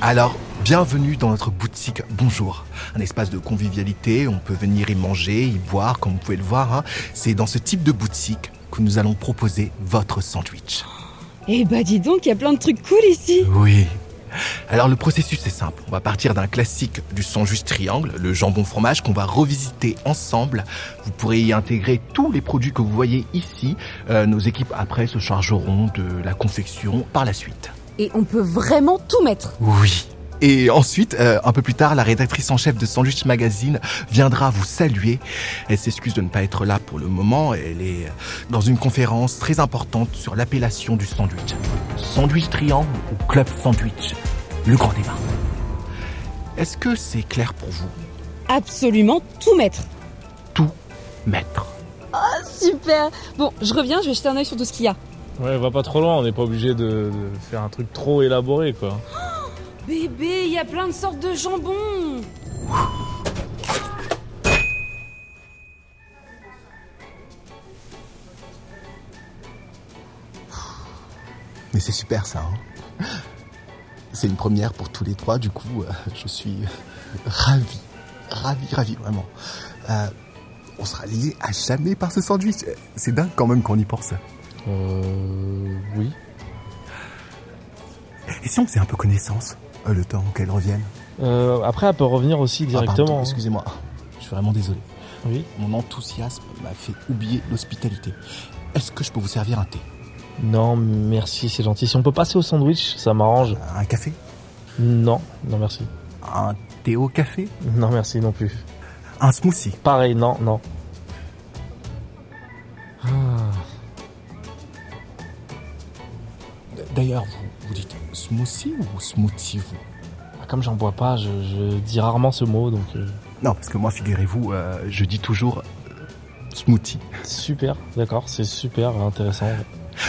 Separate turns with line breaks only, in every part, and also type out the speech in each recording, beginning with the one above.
Alors, bienvenue dans notre boutique Bonjour, un espace de convivialité, on peut venir y manger, y boire, comme vous pouvez le voir. hein. C'est dans ce type de boutique que nous allons proposer votre sandwich.
Eh bah dis donc, il y a plein de trucs cool ici.
Oui. Alors le processus est simple, on va partir d'un classique du sandwich triangle, le jambon fromage qu'on va revisiter ensemble. Vous pourrez y intégrer tous les produits que vous voyez ici. Euh, nos équipes après se chargeront de la confection par la suite.
Et on peut vraiment tout mettre.
Oui. Et ensuite, euh, un peu plus tard, la rédactrice en chef de Sandwich Magazine viendra vous saluer. Elle s'excuse de ne pas être là pour le moment. Elle est dans une conférence très importante sur l'appellation du sandwich. Sandwich triangle ou club sandwich Le grand débat. Est-ce que c'est clair pour vous
Absolument tout mettre.
Tout mettre.
Super. Bon, je reviens, je vais jeter un oeil sur tout ce qu'il y a.
Ouais, va pas trop loin, on n'est pas obligé de, de faire un truc trop élaboré quoi.
Bébé, il y a plein de sortes de jambon.
Mais c'est super ça. hein. c'est une première pour tous les trois. Du coup, euh, je suis ravi, ravi, ravi vraiment. Euh, on sera liés à jamais par ce sandwich. Euh, C'est dingue quand même qu'on y pense.
Euh. Oui.
Et si on faisait un peu connaissance euh, le temps qu'elle revienne
Euh, après, elle peut revenir aussi
Ah, pardon,
directement. hein.
Excusez-moi. Je suis vraiment désolé.
oui.
Mon enthousiasme m'a fait oublier l'hospitalité. Est-ce que je peux vous servir un thé
Non, merci, c'est gentil. Si on peut passer au sandwich, ça m'arrange.
Euh, Un café
Non, non merci.
Un thé au café
Non merci non plus.
Un smoothie
Pareil, non, non. Ah,
D'ailleurs, vous, vous dites smoothie ou smoothie vous
comme j'en bois pas, je, je dis rarement ce mot, donc euh,
Non, parce que moi, figurez-vous, euh, je dis toujours euh, smoothie.
super, d'accord, c'est super intéressant.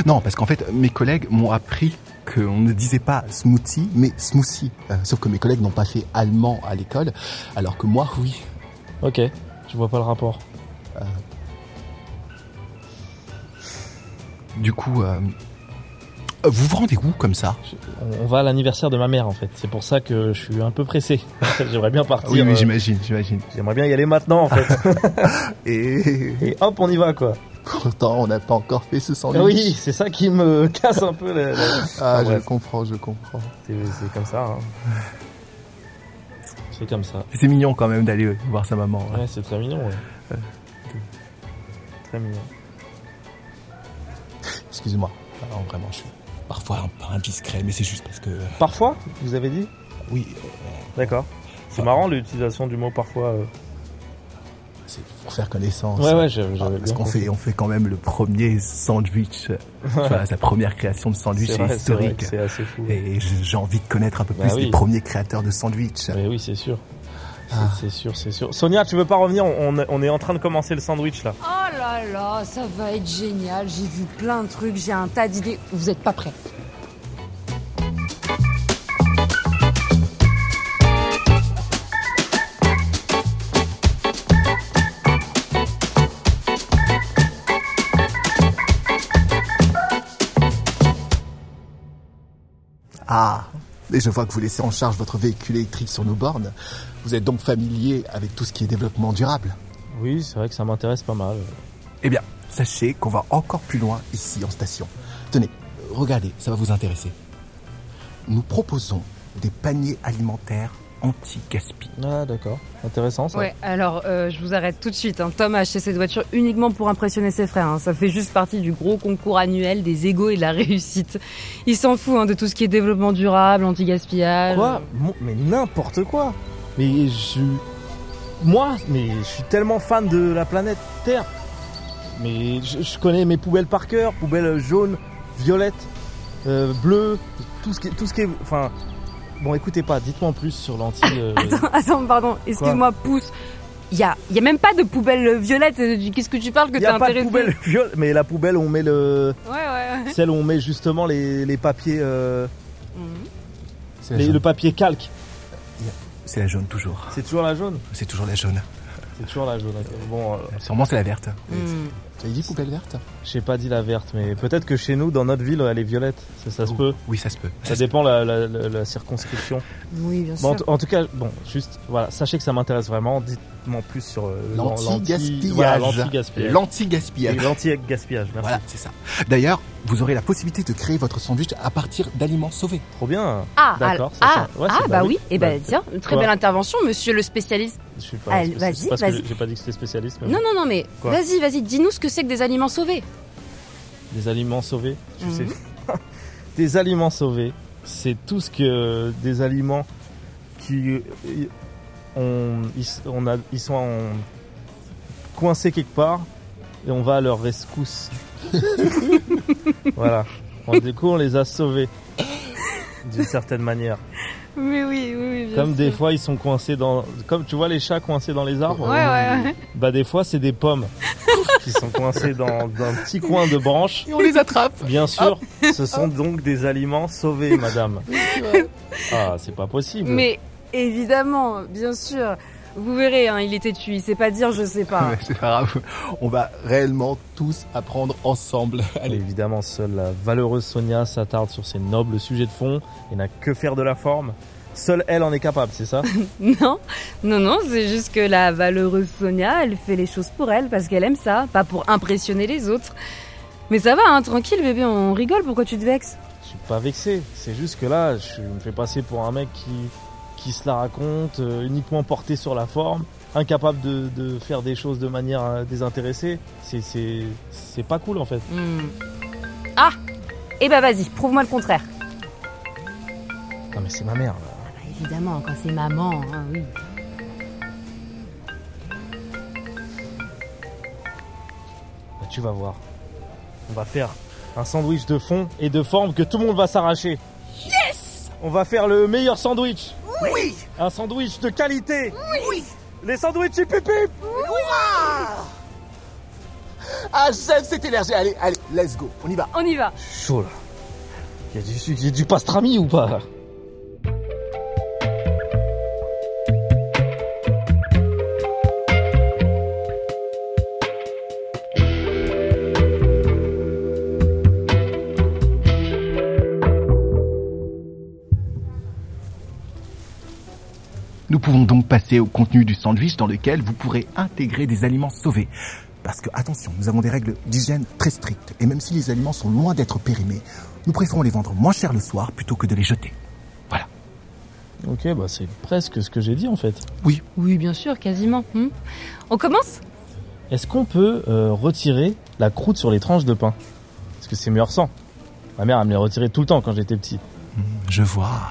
Non, parce qu'en fait, mes collègues m'ont appris qu'on ne disait pas smoothie, mais smoothie. Euh, sauf que mes collègues n'ont pas fait allemand à l'école, alors que moi, oui.
Ok, je vois pas le rapport.
Du coup, euh, vous vous rendez où comme ça
Je- on, on va à l'anniversaire de ma mère en fait, c'est pour ça que je suis un peu pressé. J'aimerais bien partir. euh,
Ah j'imagine, j'imagine.
J'aimerais bien y aller maintenant en fait.
Et
Et hop, on y va quoi.
pourtant, on n'a pas encore fait ce sandwich.
Ah Oui, c'est ça qui me casse un peu. la- la-
Ah, je
Bref.
comprends, je comprends.
C'est c'est comme ça. hein. C'est comme ça.
C'est mignon quand même d'aller euh, voir sa maman.
Ouais, c'est très mignon. ouais. Très mignon.
Excusez-moi. Alors, vraiment, je suis parfois un peu indiscret, mais c'est juste parce que... euh,
Parfois, vous avez dit Ah.
Oui,
D'accord. C'est marrant l'utilisation du mot parfois. euh.
c'est pour faire connaissance.
Ouais, ouais, j'avais
Ah,
j'avais
parce
bien.
qu'on
compris.
fait, on fait quand même le premier sandwich, euh, enfin, sa première création de sandwich
C'est
est
vrai, c'est vrai que
historique.
C'est assez fou.
Et j- j'ai envie de connaître un peu
Bah
plus
oui.
les premiers créateurs de sandwich.
Mais oui, c'est sûr. C'est-
Ah.
C'est sûr, c'est sûr. Sonia, tu veux pas revenir on, on- on est en train de commencer le sandwich là.
Oh là là, ça va être génial. J'ai vu plein de trucs, j'ai un tas d'idées. Vous êtes pas prêts
Ah, et je vois que vous laissez en charge votre véhicule électrique sur nos bornes. Vous êtes donc familier avec tout ce qui est développement durable.
Oui, c'est vrai que ça m'intéresse pas mal.
Eh bien, sachez qu'on va encore plus loin ici en station. Tenez, regardez, ça va vous intéresser. Nous proposons des paniers alimentaires anti-gaspi.
Ah, d'accord. Intéressant ça.
Ouais, alors euh, je vous arrête tout de suite. hein. Tom a acheté cette voiture uniquement pour impressionner ses frères. hein. Ça fait juste partie du gros concours annuel des égaux et de la réussite. Il s'en fout hein, de tout ce qui est développement durable, anti-gaspillage.
Quoi Mon- Mais n'importe quoi Mais je. Moi, mais je suis tellement fan de la planète Terre. Mais je, je connais mes poubelles par cœur, poubelles jaunes, violettes, euh, bleues, tout ce qui, tout ce qui est. Enfin. Bon, écoutez pas, dites-moi en plus sur l'anti. euh,
Attends, pardon, excuse-moi, pousse. Il y a, y a même pas de poubelle violette. euh, du- Qu'est-ce que tu parles que
Il
t'es
n'y a pas de
intéressé
poubelle violette, mais la poubelle où on met le.
Ouais, ouais.
Celle où on met justement les, les papiers. euh,
C'est la,
les-
jaune.
le papier calque.
C'est la jaune toujours.
C'est toujours la jaune
C'est toujours la jaune.
C'est toujours la jaune. ok. Bon, euh,
Sûrement c'est la verte.
Hmm.
T'as dit poubelle verte
J'ai pas dit la verte, mais peut-être que chez nous, dans notre ville, elle est violette. Ça, ça se
Oh.
peut.
Oui, ça se peut.
Ça dépend la, la- la- la circonscription.
Oui, bien
Bon, en
sûr.
t- en, tout cas, bon, juste, voilà, sachez que ça m'intéresse vraiment. Dites-moi plus sur euh,
L'anti-gaspillage.
voilà, l'anti-gaspillage.
L'anti-gaspillage.
euh, Et L'anti-gaspillage, merci.
Voilà, c'est ça. D'ailleurs, vous aurez la possibilité de créer votre sandwich à partir d'aliments sauvés.
Trop bien.
Ah,
D'accord,
ah,
ça,
ah,
ça- ouais,
ah,
c'est-
bah oui, et bah
Bah,
tiens, une très
quoi
belle intervention, monsieur le spécialiste.
Je suis pas.
Allez,
spécialiste,
vas-y,
c'est parce que
vas-y.
j'ai- J'ai pas dit que c'était spécialiste, mais
Non,
bon.
non, non, mais
Quoi
vas-y, vas-y, dis-nous ce que c'est que des aliments sauvés.
des aliments sauvés. Tu
Mhm.
sais. des aliments sauvés, c'est tout ce que des aliments qui euh, on, ils, on a, ils sont en- coincés quelque part et on va à leur rescousse. voilà. Bon, du coup, on les a sauvés d'une certaine manière.
Oui, oui, oui, oui, bien
Comme des
sûr.
fois, ils sont coincés dans, comme tu vois les chats coincés dans les arbres.
Ouais, ouais, ouais.
Bah des fois, c'est des pommes qui sont coincées dans, dans un petit coin de branche.
Et on les attrape.
Bien sûr, ce sont donc des aliments sauvés, madame. Ah, c'est pas possible.
Mais évidemment, bien sûr. Vous verrez, hein, il était tu, il sait pas dire, je sais pas.
Mais c'est pas grave. On va réellement tous apprendre ensemble.
Allez,
Allez.
évidemment, seule la valeureuse Sonia s'attarde sur ses nobles sujets de fond et n'a que faire de la forme. Seule elle en est capable, c'est ça
Non, non, non, c'est juste que la valeureuse Sonia, elle fait les choses pour elle parce qu'elle aime ça, pas pour impressionner les autres. Mais ça va, hein, tranquille bébé, on rigole, pourquoi tu te vexes
Je suis pas vexé. C'est juste que là, je me fais passer pour un mec qui, qui se la raconte, euh, uniquement porté sur la forme, incapable de, de faire des choses de manière euh, désintéressée. C'est- C'est c'est pas cool en fait.
Hmm. Ah Eh bah vas-y, prouve-moi le contraire.
Non mais c'est ma mère. là.
Ah, bah, évidemment, quand c'est maman, hein, oui.
Bah, tu vas voir. On va faire un sandwich de fond et de forme que tout le monde va s'arracher. Yes On va faire le meilleur sandwich. Oui Un sandwich de qualité. Oui Les sandwichs hip hip hip
Ah, j'aime cette énergie. Allez, allez, let's go. On y va.
On y va.
Chaud là. Y a du, y a du pastrami ou pas
Nous pouvons donc passer au contenu du sandwich dans lequel vous pourrez intégrer des aliments sauvés. Parce que, attention, nous avons des règles d'hygiène très strictes. Et même si les aliments sont loin d'être périmés, nous préférons les vendre moins cher le soir plutôt que de les jeter.
Ok, bah c'est presque ce que j'ai dit en fait.
Oui, bien sûr, quasiment. hmm. On commence
Est-ce qu'on peut euh, retirer la croûte sur les tranches de pain Parce que c'est meilleur sang. Ma mère, elle me les retirait tout le temps quand j'étais petit.
Je vois.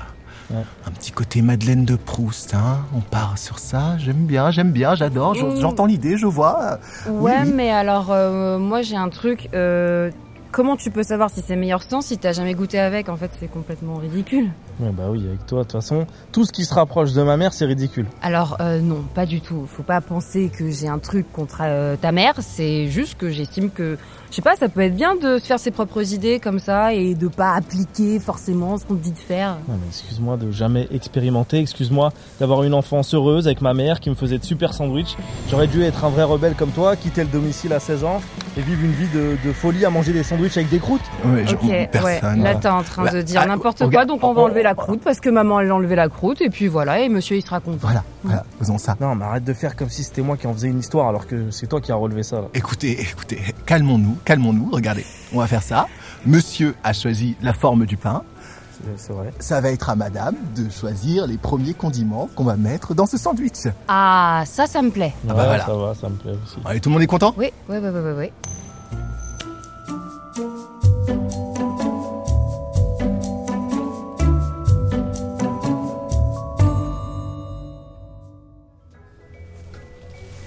Ouais.
Un petit côté Madeleine de Proust, hein. On part sur ça. J'aime bien, j'aime bien, j'adore. Je-
Mm.
J'entends l'idée, je vois.
Ouais,
Oui, oui.
mais alors, euh, moi j'ai un truc. euh, comment tu peux savoir si c'est meilleur sang si t'as jamais goûté avec En fait, c'est complètement ridicule.
Ouais, bah oui, avec toi, de toute façon, tout ce qui se rapproche de ma mère, c'est ridicule.
Alors euh, non, pas du tout. Faut pas penser que j'ai un truc contre euh, ta mère. C'est juste que j'estime que, je sais pas, ça peut être bien de se faire ses propres idées comme ça et de pas appliquer forcément ce qu'on te dit de faire.
Non, mais excuse-moi de jamais expérimenter, excuse-moi d'avoir une enfance heureuse avec ma mère qui me faisait de super sandwich. J'aurais dû être un vrai rebelle comme toi, quitter le domicile à 16 ans et vivre une vie de, de folie à manger des sandwichs avec des croûtes.
Ouais, je-
Ok, ouais. Là t'es en train
Bah,
de dire
ah,
n'importe quoi,
regarde,
donc on va
on-
enlever la croûte parce que maman elle a enlevé la croûte et puis voilà et monsieur il sera content.
Voilà, voilà, faisons ça.
Non, mais arrête de faire comme si c'était moi qui en faisais une histoire alors que c'est toi qui as relevé ça. là.
Écoutez, écoutez, calmons-nous, calmons-nous. Regardez, on va faire ça. Monsieur a choisi la forme du pain.
C'est- C'est vrai.
Ça va être à madame de choisir les premiers condiments qu'on va mettre dans ce sandwich.
Ah ça ça me plaît.
bah
Ouais,
voilà.
Ça va, ça me plaît aussi.
Allez, tout le monde est content
Oui, oui, oui, oui, oui, oui.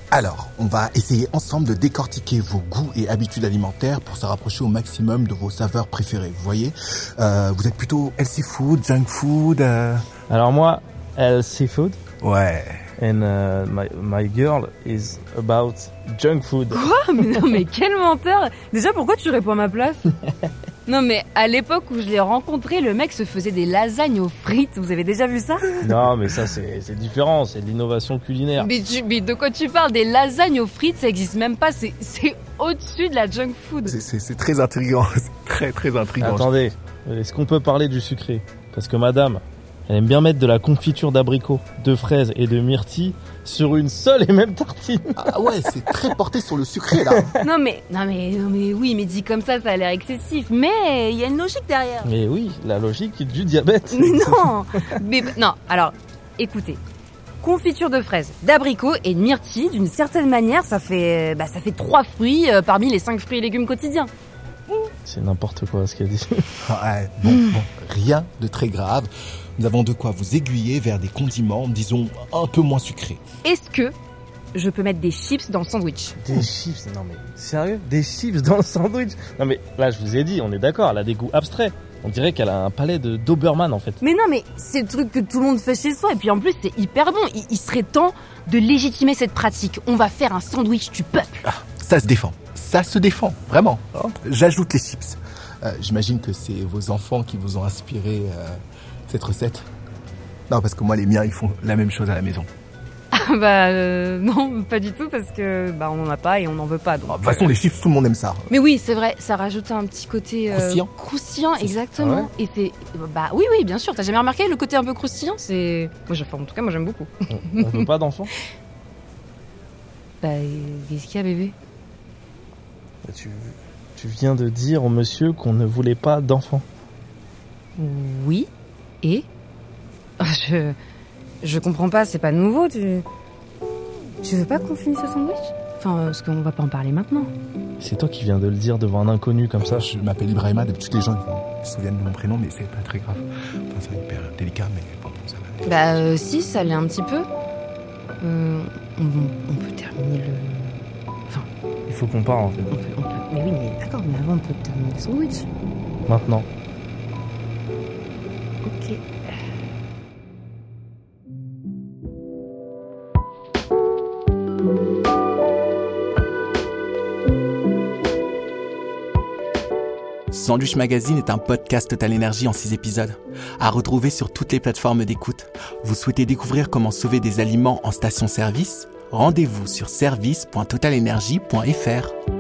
Alors, on va essayer ensemble de décortiquer vos goûts et habitudes alimentaires pour se rapprocher au maximum de vos saveurs préférées. Vous voyez, Euh, vous êtes plutôt healthy food, junk food. euh,
Alors moi, elle seafood
Ouais.
and uh, my, my girl is about junk food.
Ah, mais non mais quel menteur Déjà pourquoi tu réponds à ma place Non mais à l'époque où je l'ai rencontré, le mec se faisait des lasagnes aux frites. Vous avez déjà vu ça
Non, mais ça, c'est c'est différent, c'est de l'innovation culinaire.
mais, tu- mais de quoi tu parles Des lasagnes aux frites, ça existe même pas. C'est c'est au-dessus de la junk food.
C'est- C'est c'est très intriguant, c'est très très intriguant.
Attendez, est-ce qu'on peut parler du sucré Parce que madame, elle aime bien mettre de la confiture d'abricot, de fraises et de myrtilles sur une seule et même tartine.
Ah ouais, c'est très porté sur le sucré là.
Non mais, non mais, non mais oui, mais dit comme ça, ça a l'air excessif. Mais il y a une logique derrière.
Mais oui, la logique du diabète.
Mais non Mais non, alors, écoutez. Confiture de fraises, d'abricots et de myrtilles, d'une certaine manière, ça fait, bah, ça fait trois fruits euh, parmi les cinq fruits et légumes quotidiens.
C'est n'importe quoi ce qu'elle dit.
Ouais, bon, bon, rien de très grave. Nous avons de quoi vous aiguiller vers des condiments, disons, un peu moins sucrés.
Est-ce que je peux mettre des chips dans le sandwich
Des chips, non mais sérieux Des chips dans le sandwich Non mais là je vous ai dit, on est d'accord, elle a des goûts abstraits. On dirait qu'elle a un palais de Doberman en fait.
Mais non, mais c'est le truc que tout le monde fait chez soi. Et puis en plus, c'est hyper bon. Il, il serait temps de légitimer cette pratique. On va faire un sandwich du peuple.
Ça se défend. Ça se défend, vraiment. hein. J'ajoute les chips. Euh, J'imagine que c'est vos enfants qui vous ont inspiré euh, cette recette. Non, parce que moi, les miens, ils font la même chose à la maison.
bah non, pas du tout parce que bah on en a pas et on n'en veut pas.
De toute façon, les chips, tout le monde aime ça.
Mais oui, c'est vrai, ça rajoute un petit côté euh,
Croustillant.
croustillant,
C'est- Ah
exactement. Et c'est bah oui oui, bien sûr. T'as jamais remarqué le côté un peu croustillant C'est moi je enfin, en tout cas moi j'aime beaucoup.
On veut pas d'enfants
Bah euh, qu'est-ce qu'il y a bébé
Bah, tu, tu viens de dire au monsieur qu'on ne voulait pas d'enfants.
Oui et Ah, je je comprends pas, c'est pas nouveau. Tu tu veux pas qu'on finisse ce sandwich Enfin euh, parce qu'on va pas en parler maintenant.
C'est toi qui viens de le dire devant un inconnu comme ça.
Je m'appelle Ibrahima, d'habitude, les gens ils se souviennent de mon prénom, mais c'est pas très grave. Enfin, c'est hyper délicat, mais bon, ça va.
Bah euh, si, ça l'est un petit peu. Euh, on, on peut terminer le
Il faut qu'on part en fait.
on peut- on peut- Mais oui, mais d'accord, mais avant on peut terminer le sandwich.
Maintenant.
Ok.
Sandwich Magazine est un podcast Total Énergie en 6 épisodes, à retrouver sur toutes les plateformes d'écoute. Vous souhaitez découvrir comment sauver des aliments en station-service Rendez-vous sur service.totalenergie.fr.